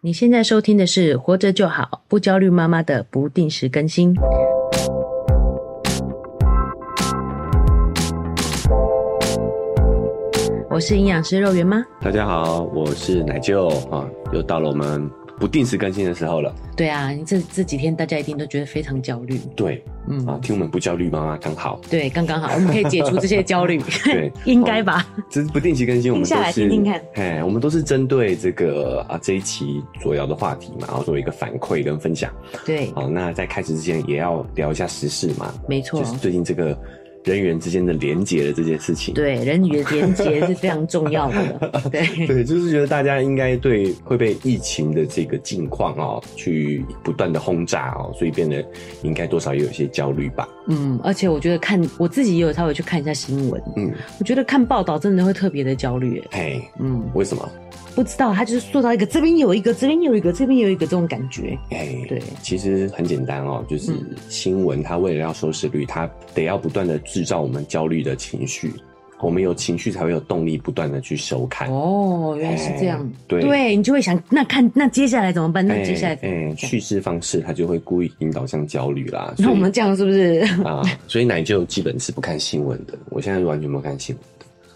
你现在收听的是《活着就好，不焦虑妈妈》的不定时更新。我是营养师肉圆妈。大家好，我是奶舅啊，又到了我们不定时更新的时候了。对啊，你这这几天大家一定都觉得非常焦虑。对嗯，啊，听我们不焦虑妈妈刚好。对，刚刚好，我们可以解除这些焦虑，，对 应该吧？这是不定期更新，我们停都下来是听听看哎，我们都是针对这个啊这一期所聊的话题嘛，然后做一个反馈跟分享。对，好，那在开始之前也要聊一下时事嘛，没错就。是最近这个人员之间的连结的这件事情。对，人与的连接是非常重要 的。对，对，就是觉得大家应该对会被疫情的这个境况哦，去不断的轰炸哦，所以变得应该多少也有一些焦虑吧。嗯，而且我觉得看我自己也有稍微去看一下新闻，嗯，我觉得看报道真的会特别的焦虑。哎嘿，嗯，为什么？不知道，他就是塑造一个这边有一个，这边有一个，这边有一个这种感觉。哎，对其实很简单哦，就是嗯新闻它为了要收视率，它得要不断的制造我们焦虑的情绪，我们有情绪才会有动力不断的去收看。哦，原来是这样哎。对你就会想，那看那接下来怎么办？那接下来哎怎么哎，办？叙事方式它就会故意引导向焦虑啦。 那所我以们这样是不 是？啊，所以奶就基本是不看新闻的。我现在完全不看新闻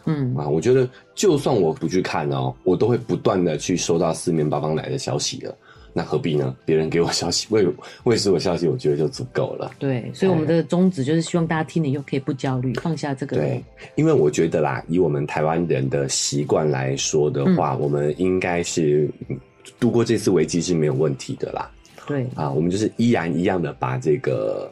嗯，啊，我觉得就算我不去看哦，我都会不断的去收到四面八方来的消息了。那何必呢？别人给我消息，喂喂食我消息，我觉得就足够了。对，所以我们的宗旨就是希望大家听了以后可以不焦虑，放下这个。对，因为我觉得啦，以我们台湾人的习惯来说的话，嗯我们应该是嗯度过这次危机是没有问题的啦。对啊，我们就是依然一样的把这个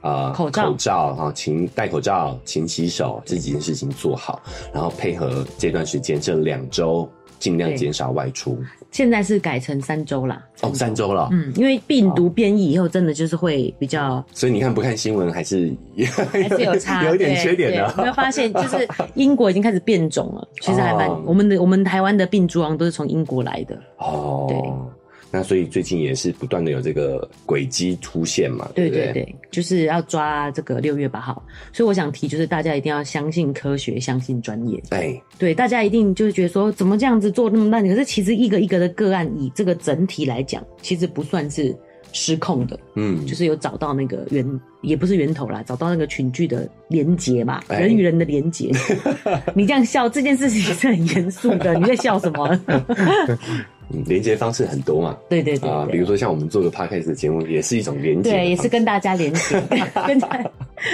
啊、呃口罩口罩哈、勤戴口罩、勤洗手这几件事情做好，然后配合这段时间这两周尽量对减少外出。现在是改成三周啦。哦，三周了。嗯，因为病毒变异以后，真的就是会比较所以你看，不看新闻还是还还是有差，哦 有一点缺点啊对对。的有没有发现，就是英国已经开始变种了，其实还蛮、哦我们的我们台湾的病株王都是从英国来的。哦，对那所以最近也是不断的有这个轨迹出现嘛，对不对对？对，就是要抓这个六月八号，所以我想提就是大家一定要相信科学，相信专业。哎，对，大家一定就是觉得说怎么这样子做那么慢，可是其实一个一个的个案，以这个整体来讲，其实不算是失控的，嗯，就是有找到那个源，也不是源头啦，找到那个群聚的连结嘛，哎人与人的连 结。你这样笑，这件事情是很严肃的，你在笑什么？ 嗯连接方式很多嘛，对对对啊，比对。如说啊像我们做个 podcast 的节目，也是一种连接的方式，对，也是跟大家连接， 跟大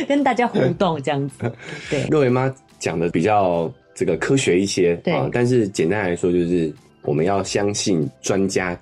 跟大家互动这样子。对，肉圆妈讲的比较这个科学一些，对啊，但是简单来说就是我们要相信专家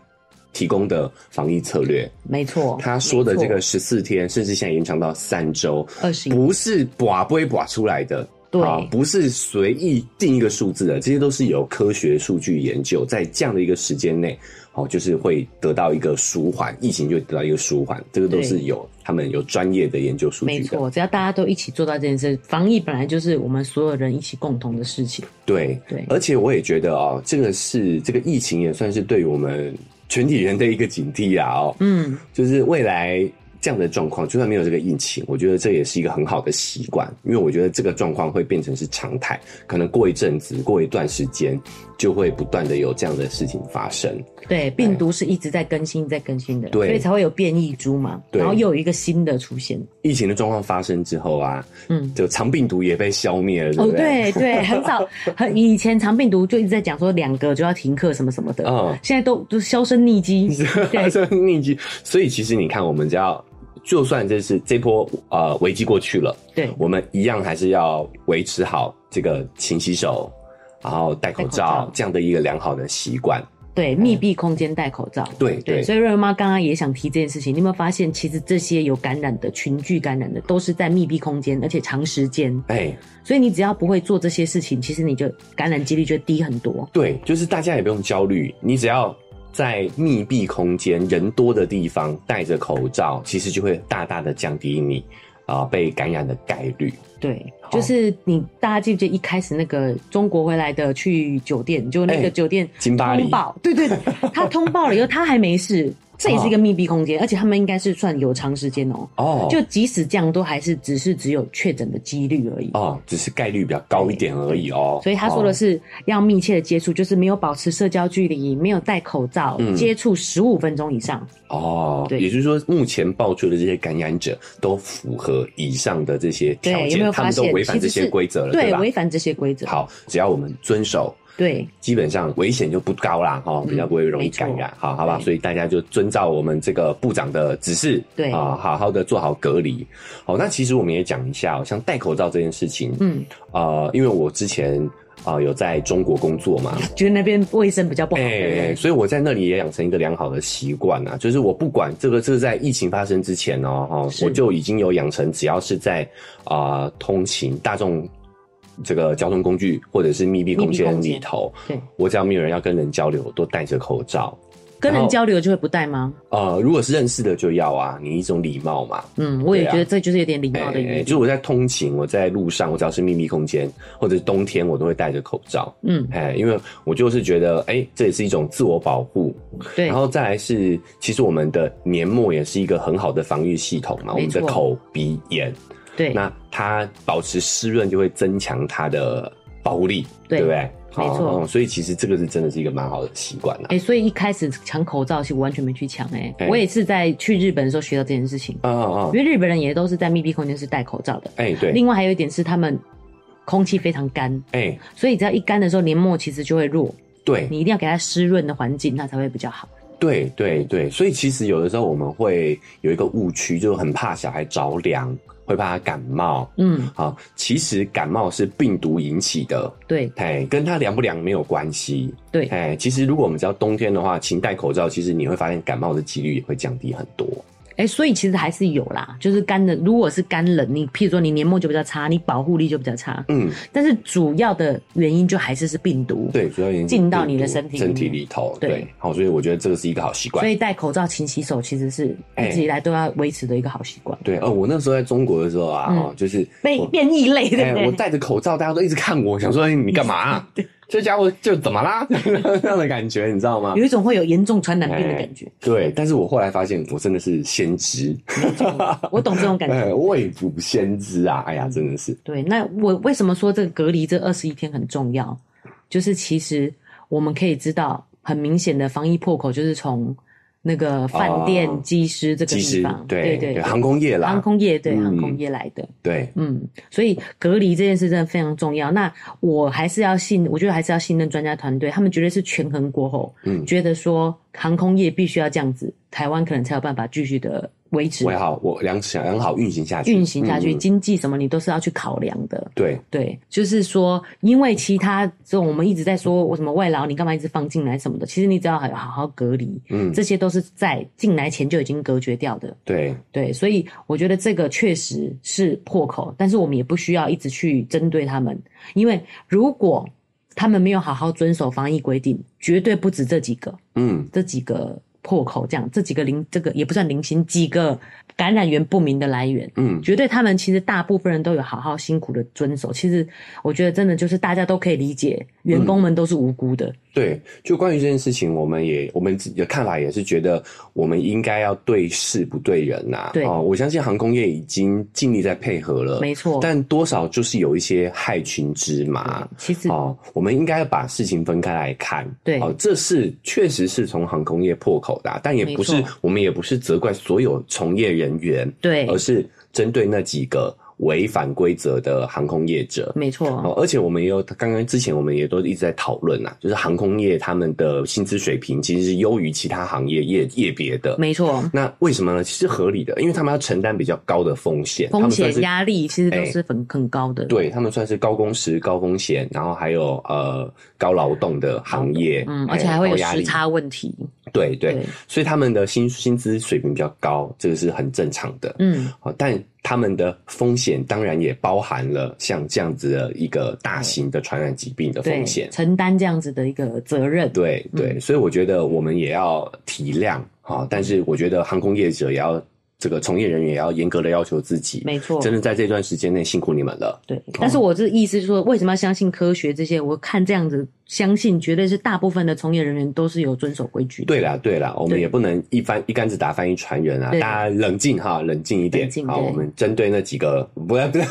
提供的防疫策略。没错。他说的这个十四天，甚至现在延长到三周，二十一，不是寡不会寡出来的。对啊，不是随意定一个数字的，这些都是有科学数据研究，在这样的一个时间内，哦，就是会得到一个舒缓，疫情就会得到一个舒缓，这个都是对有他们有专业的研究数没据的。错。只要大家都一起做到这件事，防疫本来就是我们所有人一起共同的事情。对，对，而且我也觉得哦，这个是这个疫情也算是对我们全体人的一个警惕啊哦，嗯，就是未来这样的状况，就算没有这个疫情，我觉得这也是一个很好的习惯，因为我觉得这个状况会变成是常态，可能过一阵子、过一段时间就会不断的有这样的事情发生。对，病毒是一直在更新、在更新的，对所以才会有变异株嘛，对然后又有一个新的出现，疫情的状况发生之后啊，嗯。就肠病毒也被消灭了，对哦，不对对？对， 很少，很以前长病毒就一直在讲说两个就要停课什么什么的，嗯现在都都销声匿迹。对这逆境， 所以其实你看，我们只要就算这是这波呃危机过去了。对我们一样还是要维持好这个勤洗手，然后戴口罩戴口罩这样的一个良好的习惯。对，密闭空间戴口罩。对对所以瑞文妈刚刚也想提这件事情，你有没有发现，其实这些有感染的群聚感染的，都是在密闭空间，而且长时间，哎、所以你只要不会做这些事情，其实你就感染几率就会低很多。对，就是大家也不用焦虑，你只要在密闭空间、人多的地方戴着口罩，其实就会大大的降低你啊、被感染的概率。对，好就是你大家记不记得一开始那个中国回来的去酒店，就那个哎酒店金巴黎 通报，对对对，他通报了以后他还没事，这也是一个密闭空间，而且他们应该是算有长时间哦。哦，就即使这样，都还是只是只有确诊的几率而已。哦，只是概率比较高一点而已哦。所以他说的哦是要密切的接触，就是没有保持社交距离，没有戴口罩，嗯接触十五分钟以上。哦，对也就是说，目前爆出的这些感染者都符合以上的这些条对，有没件，有他发们都现违其反这实些是规则了，对，吧？违反这些规则。好，只要我们遵守，对，基本上危险就不高啦，哈、比较不会容易感染，好好吧？嗯对所以大家就遵照我们这个部长的指示，对啊、好好的做好隔离。好，那其实我们也讲一下、哦，像戴口罩这件事情，嗯，呃，因为我之前啊、呃有在中国工作嘛，觉得那边卫生比较不好。哎、对不对所以我在那里也养成一个良好的习惯啊，就是我不管这个，这个在疫情发生之前哦，哦是我就已经有养成，只要是在啊、呃通勤大众这个交通工具或者是密闭空密闭间空间里头，对，我只要没有人要跟人交流，我都戴着口罩。跟然人后交流就会不戴吗？呃，如果是认识的就要啊，你一种礼貌嘛。嗯，我也对啊觉得这就是有点礼哎、貌的哎疑就是我在通勤，我在路上，我只要是秘密空间或者是冬天，我都会戴着口罩。嗯，哎、因为我就是觉得，哎、这也是一种自我保护，对然，后再来是，其实我们的年末也是一个很好的防御系统嘛，我没们的错口鼻眼，对，那它保持湿润就会增强它的保护力，对对不对？没错哦所以其实这个是真的是一个蛮好的习惯啊啦。哎、所以一开始抢口罩，其实我完全没去抢、哎、哎我也是在去日本的时候学到这件事情，啊啊啊因！为日本人也都是在密闭空间是戴口罩的。哎，对，另外还有一点是他们空气非常干，哎，所以只要一干的时候，黏膜其实就会弱，对，你一定要给它湿润的环境，它才会比较好。对，对，对。所以其实有的时候我们会有一个误区，就是很怕小孩着凉，会怕他感冒。嗯，啊，其实感冒是病毒引起的，对哎，跟它凉不凉没有关系。对，哎，其实如果我们只要冬天的话，勤戴口罩，其实你会发现感冒的几率也会降低很多。哎、所以其实还是有啦，就是干的，如果是干冷，你譬如说你黏膜就比较差，你保护力就比较差，嗯，但是主要的原因就还是是病毒。。对，主要原因是进到你的病毒身体里身面体里头。对对，好，所以我觉得这个是一个好习惯所。以戴口罩、勤洗手，其实是哎一直以来都要维持的一个好习惯。对，呃，我那时候在中国的时候啊，嗯哦，就是被我变异类， 对哎，不我对？戴着口罩，大家都一直看我，想说哎你干嘛 啊？这家伙就怎么啦？ 这样的感觉，你知道吗有？一种会有严重传染病的哎感觉，对，但是我后来发现，我真的是先知，我懂这种感觉。哎， 未卜先知啊！哎呀，真的是，对，那我为什么说这个隔离这二十一天很重要？就是其实我们可以知道，很明显的防疫破口就是从那个饭店哦、机师这个其地实方，对对对，航空业航啦，空业对嗯航空业来的。对，嗯，所以隔离这件事真的非常重要。那我还是要信，我觉得还是要信任专家团队，他们绝对是权衡过后，嗯觉得说航空业必须要这样子，台湾可能才有办法继续的维持我也好，我良想良好运行下去，嗯运行下去，嗯嗯经济什么你都是要去考量的。对，对，就是说，因为其他这种我们一直在说我什么外劳，你干嘛一直放进来什么的，其实你只要好好好隔离，嗯，这些都是在进来前就已经隔绝掉的。对，对，所以我觉得这个确实是破口，但是我们也不需要一直去针对他们，因为如果他们没有好好遵守防疫规定，绝对不止这几个，嗯，这几个破口这样，这几个零这个也不算零星，几个感染源不明的来源。嗯，绝对他们其实大部分人都有好好辛苦的遵守，其实我觉得真的就是大家都可以理解，员工们都是无辜的，对，就关于这件事情，我们也我们自己的看法也是觉得，我们应该要对事不对人呐、对哦，我相信航空业已经尽力在配合了，没错。但多少就是有一些害群之马对。其实、哦，我们应该把事情分开来看。对哦，这是确实是从航空业破口的啊、但也不没是错我们也不是责怪所有从业人员，对，而是针对那几个违反规则的航空业者。没错，哦，而且我们也有刚刚之前我们也都一直在讨论啊，就是航空业他们的薪资水平其实是优于其他行业业业别的。没错，那为什么呢？其实合理的，因为他们要承担比较高的风险，他风们算险是压力其实都哎是很、很高的。对他们算是高工时、高风险，然后还有呃高劳动的行业，嗯，哎而且还会有高压时力差问题。哎对对，所以他们的薪薪资水平比较高，这个是很正常的。嗯，好，哦但他们的风险当然也包含了像这样子的一个大型的传染疾病的对嗯风险，。承担这样子的一个责任。对对，所以我觉得我们也要体谅哈，但是我觉得航空业者也要这个从业人员也要严格的要求自己，没错，真的在这段时间内辛苦你们了。对。但是我这意思是说，为什么要相信科学这些？我看这样子相信绝对是大部分的从业人员都是有遵守规矩的。对啦，对啦，我们对也不能一翻一竿子打翻一船人啊！大对家冷静哈，冷静一点冷。静好，对我们针对那几个， 不要不要，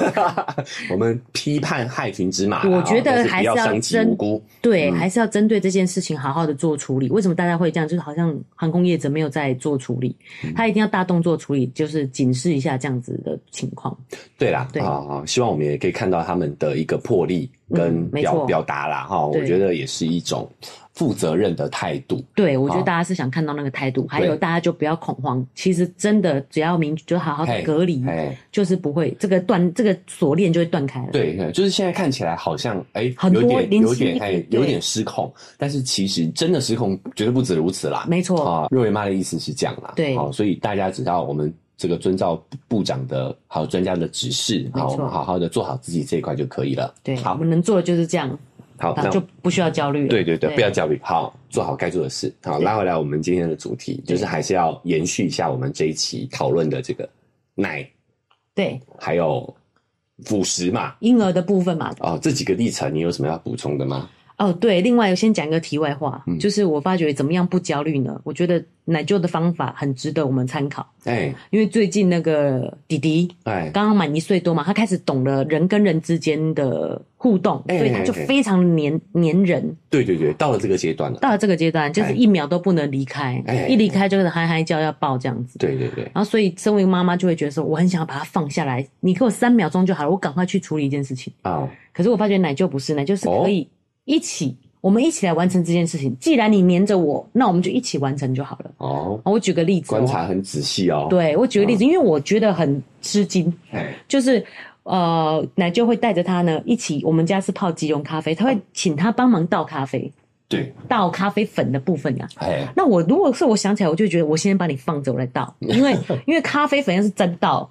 我们批判害群之马啦。我觉得哦但是还不是要要伤及针无辜。对，嗯还是要针对这件事情好好的做处理。为什么大家会这样？就是好像航空业者没有在做处理，嗯他一定要大动作处理，就是警示一下这样子的情况。对啦，对啊、哦希望我们也可以看到他们的一个魄力跟嗯没表、错表达啦，哈、我对觉得也是一种负责任的态度。对，我觉得好大家是想看到那个态度，还对有大家就不要恐慌。其实真的只要明，就好好嘿地隔离，哎，就是不会这个断这个锁链就会断开了。对，对就是现在看起来好像哎，很有多点零有星点一哎点有对点失控，但是其实真的失控绝对不止如此啦。没错啊、瑞维妈的意思是这样啦。对好、所以大家只要我们这个遵照部长的还有专家的指示，没好，我们错好好的做好自己这一块就可以了。对，我好，们能做的就是这样，好，啊那就不需要焦虑了。对对对，不要焦虑，好，做好该做的事。好，对拉回来我们今天的主题，就是还是要延续一下我们这一期讨论的这个奶对还有辅食嘛。婴儿的部分嘛，哦，这几个历程你有什么要补充的吗？哦，对，另外我先讲一个题外话，嗯就是我发觉怎么样不焦虑呢？我觉得奶舅的方法很值得我们参考，哎因为最近那个弟弟哎，刚刚满一岁多嘛，他开始懂了人跟人之间的互动，哎所以他就非常黏黏人。对对对，到了这个阶段了。到了这个阶段，就是哎一秒都不能离开，哎一离开就是嗨嗨叫要抱这样子。对对对，然后，所以身为妈妈就会觉得说，我很想要把他放下来，你给我三秒钟就好了，我赶快去处理一件事情。啊，可是我发觉奶舅不是，奶舅哦是可以一起，我们一起来完成这件事情。既然你黏着我，那我们就一起完成就好了。哦，我举个例子、哦，观察很仔细哦。，对我举个例子，因为我觉得很吃惊，哎，就是呃，奶舅会带着他呢一起，我们家是泡即溶咖啡，他会请他帮忙倒咖啡，对，倒咖啡粉的部分啊。哎，那我如果是我想起来，我就觉得我先把你放着，我来 倒，因为因为咖啡粉要是真倒，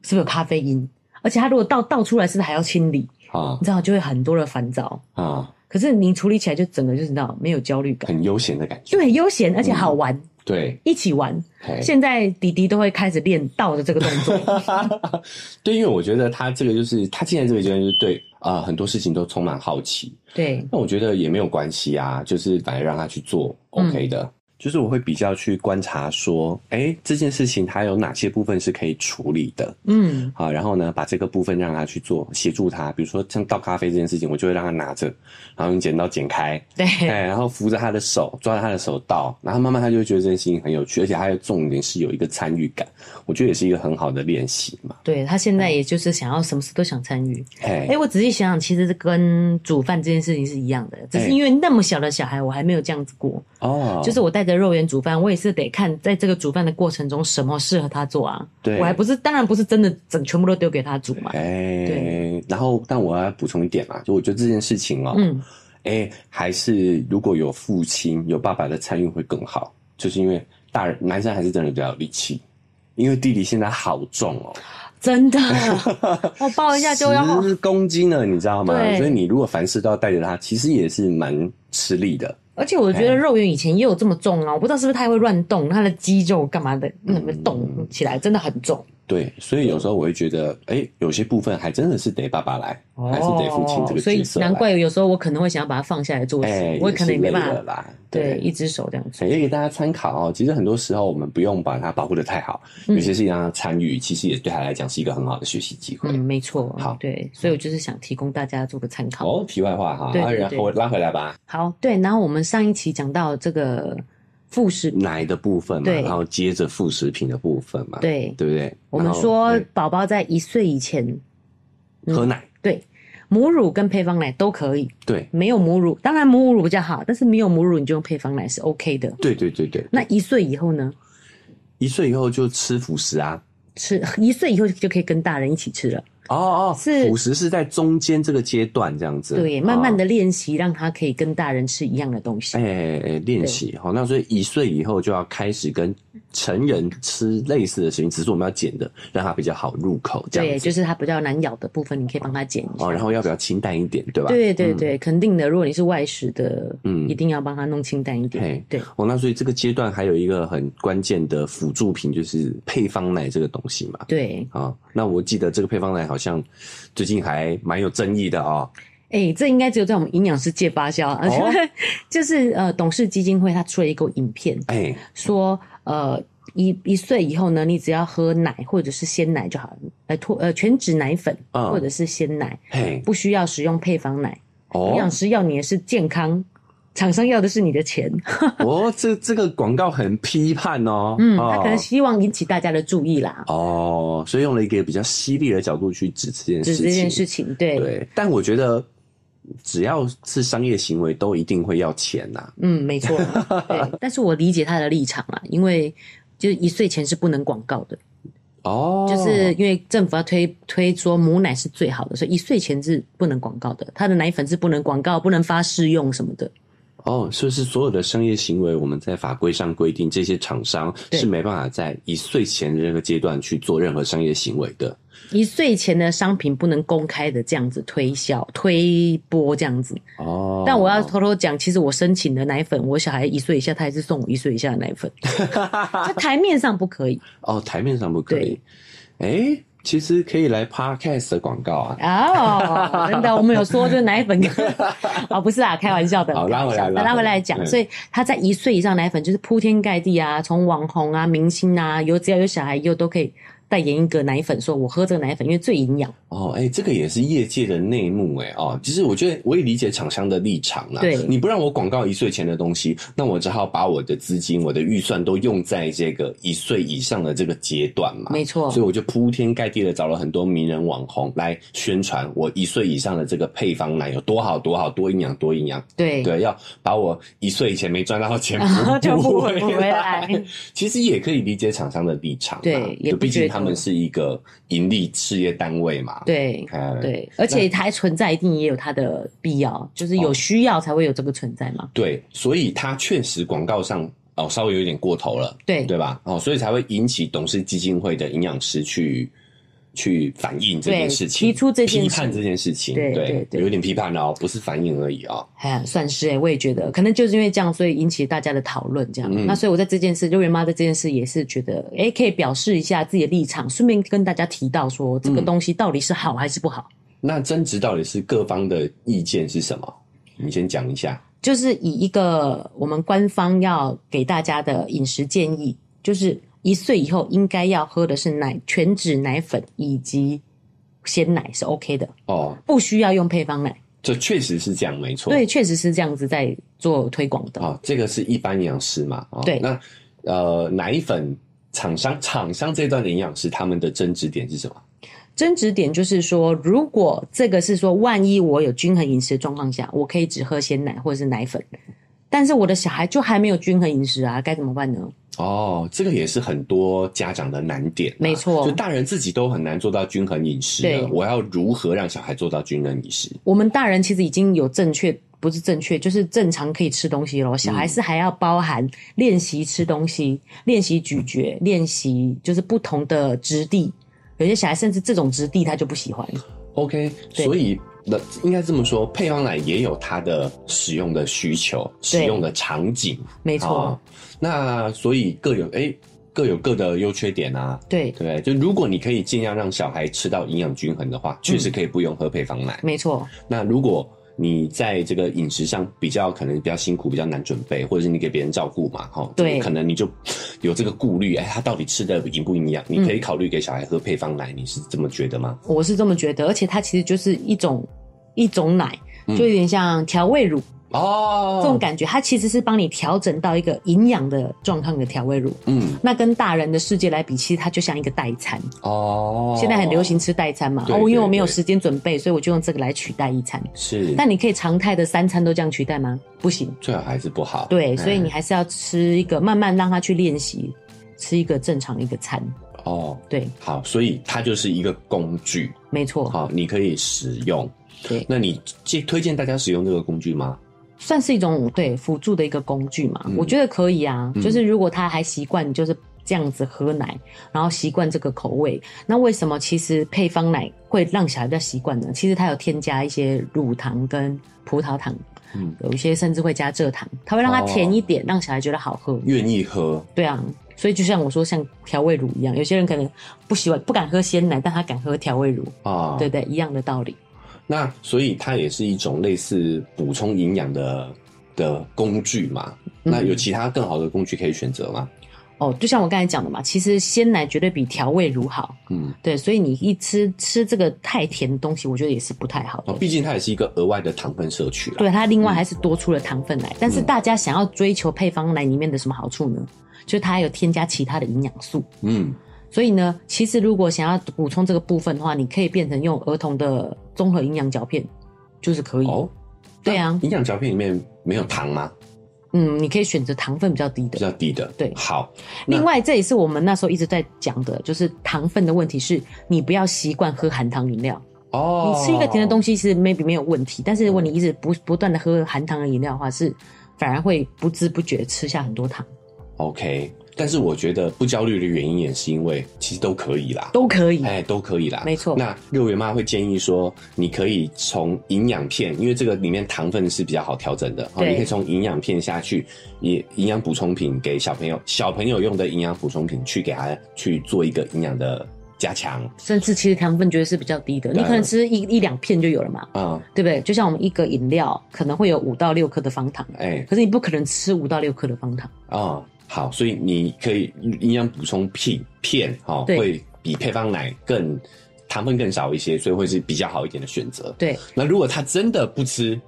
是不是有咖啡因？而且他如果倒倒出来，是不是还要清理？啊你知道就会很多的烦躁。啊，可是你处理起来就整个就是你知道没有焦虑感，很悠闲的感觉。就很悠闲，而且好玩，对，一起玩。哎，现在迪迪都会开始练倒的这个动作， 对，因为我觉得他这个就是他现在这个阶段就是对啊、呃很多事情都充满好奇，对那我觉得也没有关系啊，就是反正让他去做嗯 OK 的。就是我会比较去观察说，哎，这件事情它有哪些部分是可以处理的嗯，啊？然后呢，把这个部分让他去做，协助他。比如说像倒咖啡这件事情，我就会让他拿着，然后用剪刀剪开，对哎，然后扶着他的手，抓着他的手倒，然后慢慢他就会觉得这件事情很有趣，而且还有重点是有一个参与感，我觉得也是一个很好的练习嘛。对，他现在也就是想要什么事都想参与。哎哎、，我仔细想想，其实是跟煮饭这件事情是一样的，只哎是因为那么小的小孩，我还没有这样子过。哦，就是我带着肉圆煮饭，我也是得看在这个煮饭的过程中什么适合他做啊。对我还不是当然不是真的整全部都丢给他煮嘛。哎，对然后但我要补充一点嘛，就我觉得这件事情哦，嗯，哎，还是如果有父亲、有爸爸的参与会更好，就是因为大人男生还是真的比较有力气，因为弟弟现在好重哦，真 的，我哦抱一下就要。十公斤了，你知道吗？对所以你如果凡事都要带着他，其实也是蛮吃力的。而且我觉得肉圆以前也有这么重啊，我不知道是不是他会乱动，他的肌肉干嘛的，嗯那么动起来真的很重。对，所以有时候我会觉得，哎，有些部分还真的是得爸爸来，还是得父亲这哦个所以角色来难怪有时候我可能会想要把它放下来做事，哎，我可能也没是累办了法，啦，对，一只手这样做。也给大家参考哦。其实很多时候我们不用把它保护的太好，嗯有些事情让他参与，其实也对他来讲是一个很好的学习机会。嗯，没错，好对，所以我就是想提供大家做个参考。哦，题外话哈，对对啊然后对我拉回来吧，好，对，然后我们上一期讲到这个副食，奶的部分嘛，对然后接着副食品的部分嘛，对，对不对？我们然后说对宝宝在一岁以前，嗯喝奶，对，母乳跟配方奶都可以，对没有母乳，当然母乳比较好，但是没有母乳你就用配方奶是 OK 的。对对对对，那一岁以后呢？一岁以后就吃辅食啊。吃一岁以后就可以跟大人一起吃了，哦哦，是辅食是在中间这个阶段这样子，对，慢慢哦。的练习，让他可以跟大人吃一样的东西哎。哎哎，练习好，那所以一岁以后就要开始跟成人吃类似的事情，只是我们要剪的，让它比较好入口这对，样子。就是它比较难咬的部分，你可以帮他剪一下。哦，然后要不要清淡一点，对吧？对对对，肯定的。如果你是外食的，嗯嗯，一定要帮他弄清淡一点嘿。对，哦，那所以这个阶段还有一个很关键的辅助品，就是配方奶这个东西嘛。对，啊、那我记得这个配方奶好像最近还蛮有争议的哦。哎、哎、这应该只有在我们营养师界发酵啊，哦 就是呃，董事基金会它出了一个影片，哎、说呃一一岁以后呢，你只要喝奶或者是鲜奶就好，呃脱呃全脂奶粉、嗯或者是鲜奶，嘿，不需要使用配方奶。营哦养师要你的是健康，厂商要的是你的钱。哦，这这个广告很批判哦， 嗯，哦他可能希望引起大家的注意啦，哦，所以用了一个比较犀利的角度去指这件就事是情，这件事情，对，对，但我觉得只要是商业行为，都一定会要钱呐、嗯，没 错，对。但是我理解他的立场啦，因为就是一岁前是不能广告的，哦，就是因为政府要推推说母奶是最好的，所以一岁前是不能广告的，他的奶粉是不能广告、不能发试用什么的。哦，是不是所有的商业行为，我们在法规上规定，这些厂商对是没办法在一岁前的这个阶段去做任何商业行为的？一岁前的商品不能公开的这样子推销、推播这样子。哦，但我要偷偷讲，其实我申请的奶粉，我小孩一岁以下，他还是送我一岁以下的奶 粉，就台面上不可以哦，台面上不可以。哎，其实可以来 podcast 的广告啊。哦。真的，我们有说就是奶粉跟，哦不是啊，开玩笑的，好拉回来开玩笑的拉回来拉回来讲。嗯所以他在一岁以上的奶粉就是铺天盖地啊，从网红啊、明星啊，有只要有小孩以后都可以代言一个奶粉，说我喝这个奶粉因为最营养。哦，哎、这个也是业界的内幕哎、哦，其实我觉得我也理解厂商的立场啦。对你不让我广告一岁前的东西，那我只好把我的资金、我的预算都用在这个一岁以上的这个阶段嘛。没错所以我就铺天盖地的找了很多名人网红来宣传我一岁以上的这个配方奶有多好、多好、多营养、多营养。对，对，要把我一岁以前没赚到的 钱全补部回补回来来。其实也可以理解厂商的立场嘛，对也就不毕觉竟得他们是一个盈利事业单位嘛。对哎，对，而且它还存在一定也有它的必要，就是哦有需要才会有这个存在嘛。对，所以它确实广告上哦稍微有点过头了，对对吧？哦，所以才会引起董事基金会的营养师去去反映这件对事情，提出这件批事判这件事情，对对对有点批判哦，不是反映而已哦。哎呀，算是哎、我也觉得，可能就是因为这样，所以引起大家的讨论。这样，嗯那所以我在这件事，六元妈在这件事也是觉得，哎、可以表示一下自己的立场，顺便跟大家提到说，这个嗯东西到底是好还是不好。那争执到底是各方的意见是什么？你先讲一下。就是以一个我们官方要给大家的饮食建议，就是一岁以后应该要喝的是奶全脂奶粉以及鲜奶是 OK 的，哦，不需要用配方奶。这确实是这样，没错。对，确实是这样子在做推广的。哦，这个是一般营养师嘛？哦、对那呃，奶粉厂商厂商这段的营养师他们的争执点是什么？争执点就是说，如果这个是说，万一我有均衡饮食的状况下，我可以只喝鲜奶或者是奶粉，但是我的小孩就还没有均衡饮食啊，该怎么办呢？哦，这个也是很多家长的难点啊、没错就大人自己都很难做到均衡饮食了对我要如何让小孩做到均衡饮食？我们大人其实已经有正确，不是正确，就是正常可以吃东西咯。小孩是还要包含练习吃东西、练习咀嚼、练习就是不同的质地。有些小孩甚至这种质地他就不喜欢， OK，对所以那应该这么说，配方奶也有它的使用的需求、使用的场景。没错，哦那所以各有哎、各有各的优缺点啊。对，对，就如果你可以尽量让小孩吃到营养均衡的话，确嗯实可以不用喝配方奶。没错，那如果你在这个饮食上比较可能比较辛苦，比较难准备，或者是你给别人照顾嘛，哈，对这个可能你就有这个顾虑，哎，他到底吃的营不营养？你可以考虑给小孩喝配方奶，你是这么觉得吗？我是这么觉得。而且它其实就是一种一种奶，嗯就有点像调味乳、哦，这种感觉，它其实是帮你调整到一个营养的状况的调味乳。嗯，那跟大人的世界来比，其实它就像一个代餐。哦，现在很流行吃代餐嘛，对哦，因为我没有对对时间准备，所以我就用这个来取代一餐。是，但你可以常态的三餐都这样取代吗？不行，最好还是不好。对，所以你哎还是要吃一个，慢慢让他去练习，吃一个正常一个餐。哦，对，好，所以它就是一个工具，没错，好，你可以使用。对，那你介推荐大家使用这个工具吗？算是一种对辅助的一个工具嘛，嗯我觉得可以啊。嗯就是如果他还习惯就是这样子喝奶，然后习惯这个口味，那为什么其实配方奶会让小孩比较习惯呢？其实它有添加一些乳糖跟葡萄糖。嗯，有一些甚至会加蔗糖，它会让它甜一点，让小孩觉得好喝。愿意喝对啊，所以就像我说，像调味乳一样，有些人可能不喜欢、不敢喝鲜奶，但他敢喝调味乳，啊？对不对？一样的道理。那所以它也是一种类似补充营养的的工具嘛。嗯那有其他更好的工具可以选择吗？哦，就像我刚才讲的嘛，其实鲜奶绝对比调味乳好，嗯，对，所以你一吃吃这个太甜的东西，我觉得也是不太好的。哦，嗯毕竟它也是一个额外的糖分摄取啦。对，它另外还是多出了糖分来，但嗯是大家想要追求配方奶里面的什么好处呢？就是它还有添加其他的营养素，嗯，所以呢，其实如果想要补充这个部分的话，你可以变成用儿童的综合营养嚼片，就是可以。哦，对啊那营养嚼片里面没有糖吗？嗯，你可以选择糖分比较低比的。较低的。对好，那另外，这也是我们那时候一直在讲的，就是糖分的问题是，你不要习惯喝含糖饮料。哦，你吃一个甜的东西，西是 maybe 没有问题，嗯但是如果你一直不不断的喝含糖的饮料的话，是反而会不知不觉吃下很多糖。 OK。但是我觉得不焦虑的原因也是因为其实都可以啦，都可以。哎，都可以啦，没错那六月妈会建议说，你可以从营养片，因为这个里面糖分是比较好调整的，哦，对你可以从营养片下去，也营养补充品给小朋友，小朋友用的营养补充品去给他去做一个营养的加强甚至其实糖分觉得是比较低的，你可能吃一一两片就有了嘛，啊、对不对？就像我们一个饮料可能会有五到六克的方糖，嗯，哎可是你不可能吃五到六克的方糖，啊、好，所以你可以营养补充片片哈、哦，对会比配方奶更糖分更少一些，所以会是比较好一点的选择。对那如果他真的不吃，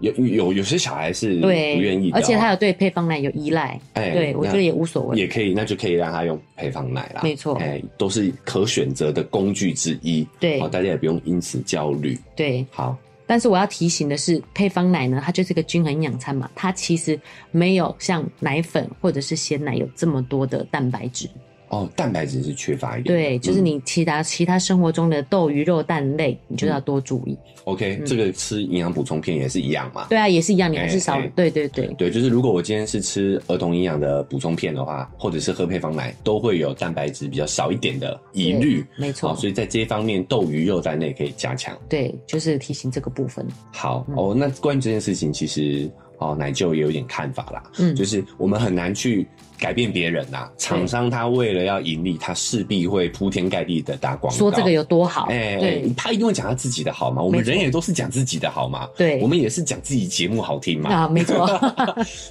有有有些小孩是不对，愿意的哦、而且他有对配方奶有依赖，哎对我觉得也无所谓，也可以，那就可以让他用配方奶啦。没错哎、都是可选择的工具之一。哦对好、大家也不用因此焦虑。对。好，但是我要提醒的是，配方奶呢，它就是一个均衡营养餐嘛，它其实没有像奶粉或者是鲜奶有这么多的蛋白质。哦，蛋白质是缺乏一点的。对，就是嗯、你其他其他生活中的豆、鱼、肉、蛋类，你就要多注意。 OK，、嗯这个吃营养补充片也是一样嘛。对啊，也是一样，你还是少。哎哎对对对，对，就是如果我今天是吃儿童营养的补充片的话，或者是喝配方奶，都会有蛋白质比较少一点的疑虑。没好、错，所以在这一方面，豆鱼肉蛋类可以加强。对，就是提醒这个部分。好、嗯哦，那关于这件事情，其实哦，奶舅也有点看法啦。嗯，就是我们很难去改变别人呐、厂商他为了要盈利，他势必会铺天盖地的打广告。说这个有多好，哎、对他一定会讲他自己的好嘛。我们没错人也都是讲自己的好嘛，对，我们也是讲自己节目好听嘛。啊，没错，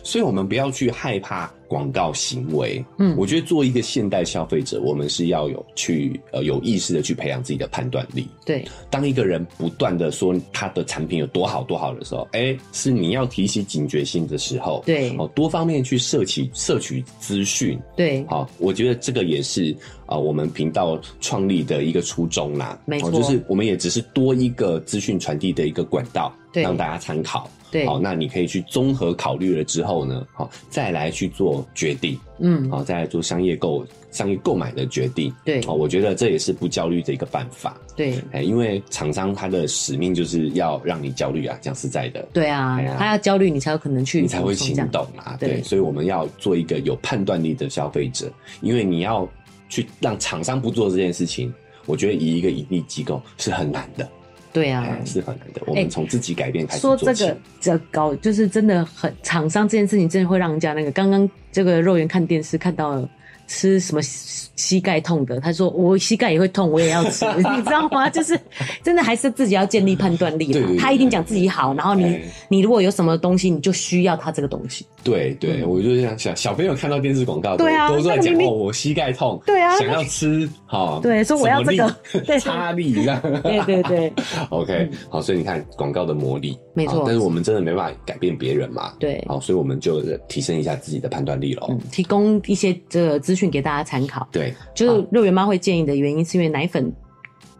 所以，我们不要去害怕广告行为。 嗯我觉得作为一个现代消费者，我们是要有去呃有意识的去培养自己的判断力。对当一个人不断的说他的产品有多好多好的时候，哎、是你要提起警觉心的时候。对哦，多方面去摄取摄取资讯，对好，我觉得这个也是啊、呃我们频道创立的一个初衷啦，没错哦就是我们也只是多一个资讯传递的一个管道，对让大家参考。对，好，那你可以去综合考虑了之后呢，好，再来去做决定，嗯，好，再来做商业购商业购买的决定。对好，我觉得这也是不焦虑的一个办法，对哎，因为厂商他的使命就是要让你焦虑啊，讲实在的，对啊哎呀，他要焦虑，你才有可能去，你才会行这样。动啊。对对，所以我们要做一个有判断力的消费者，因为你要去让厂商不做这件事情，我觉得以一个盈利机构是很难的，对啊，哎，是很难的。我们从自己改变开始说做这起个。这搞就是真的很厂商这件事情，真的会让人家那个。刚刚这个肉圆看电视看到了吃什么膝膝盖痛的，他说我膝盖也会痛，我也要吃， 你知道吗？就是真的还是自己要建立判断力对啦对。对他一定讲自己好，然后你哎你如果有什么东西，你就需要他这个东西。对对，嗯我就想想，小朋友看到电视广告都，对啊都那在个讲明明哦，我膝盖痛，对啊想要吃，好，对说我要这个什么 力对哎差力这样，对对对 ，OK，好，所以你看广告的魔力，没错好但是我们真的没办法改变别人嘛， 对，好，所以我们就提升一下自己的判断力喽，嗯，提供一些这个资讯给大家参考。对，就是肉圆妈会建议的原因，是因为奶粉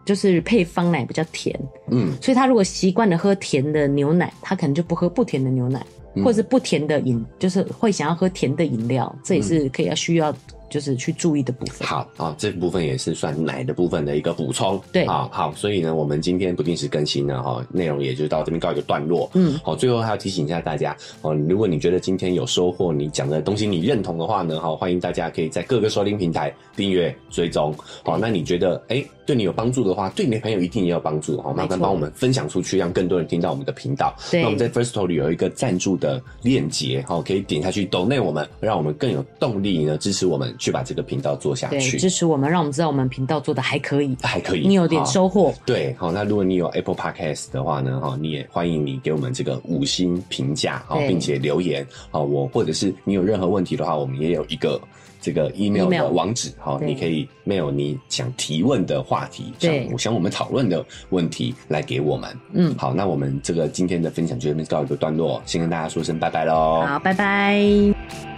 就是配方奶比较甜。嗯所以他如果习惯了喝甜的牛奶，他可能就不喝不甜的牛奶，嗯或者是不甜的饮，就是会想要喝甜的饮料，这也是可以要需要就是去注意的部分。好啊、这部分也是算奶的部分的一个补充。对啊、好，所以呢，我们今天不定时更新呢，哈、哦内容也就到这边告一个段落。嗯，好、最后还要提醒一下大家，哦，如果你觉得今天有收获，你讲的东西你认同的话呢，哈、欢迎大家可以在各个收听平台订阅追踪。好、那你觉得哎、对你有帮助的话，对你的朋友一定也有帮助，好、麻没烦错帮我们分享出去，让更多人听到我们的频道。对那我们在 First Story 有一个赞助的链接，好、可以点下去 donate 我们，让我们更有动力呢支持我们去把这个频道做下对，去支。持我们，让我们知道我们频道做的还可以，还可以，你有点好收获。对，好，那如果你有 Apple Podcast 的话呢，哈，你也欢迎你给我们这个五星评价，好，对并且留言，好，我或者是你有任何问题的话，我们也有一个这个 email 的 Email 网址，好，对你可以 mail 你想提问的话题，对想想我们讨论的问题来给我们。嗯，好，那我们这个今天的分享就这边告一个段落，先跟大家说声拜拜喽。好，拜拜。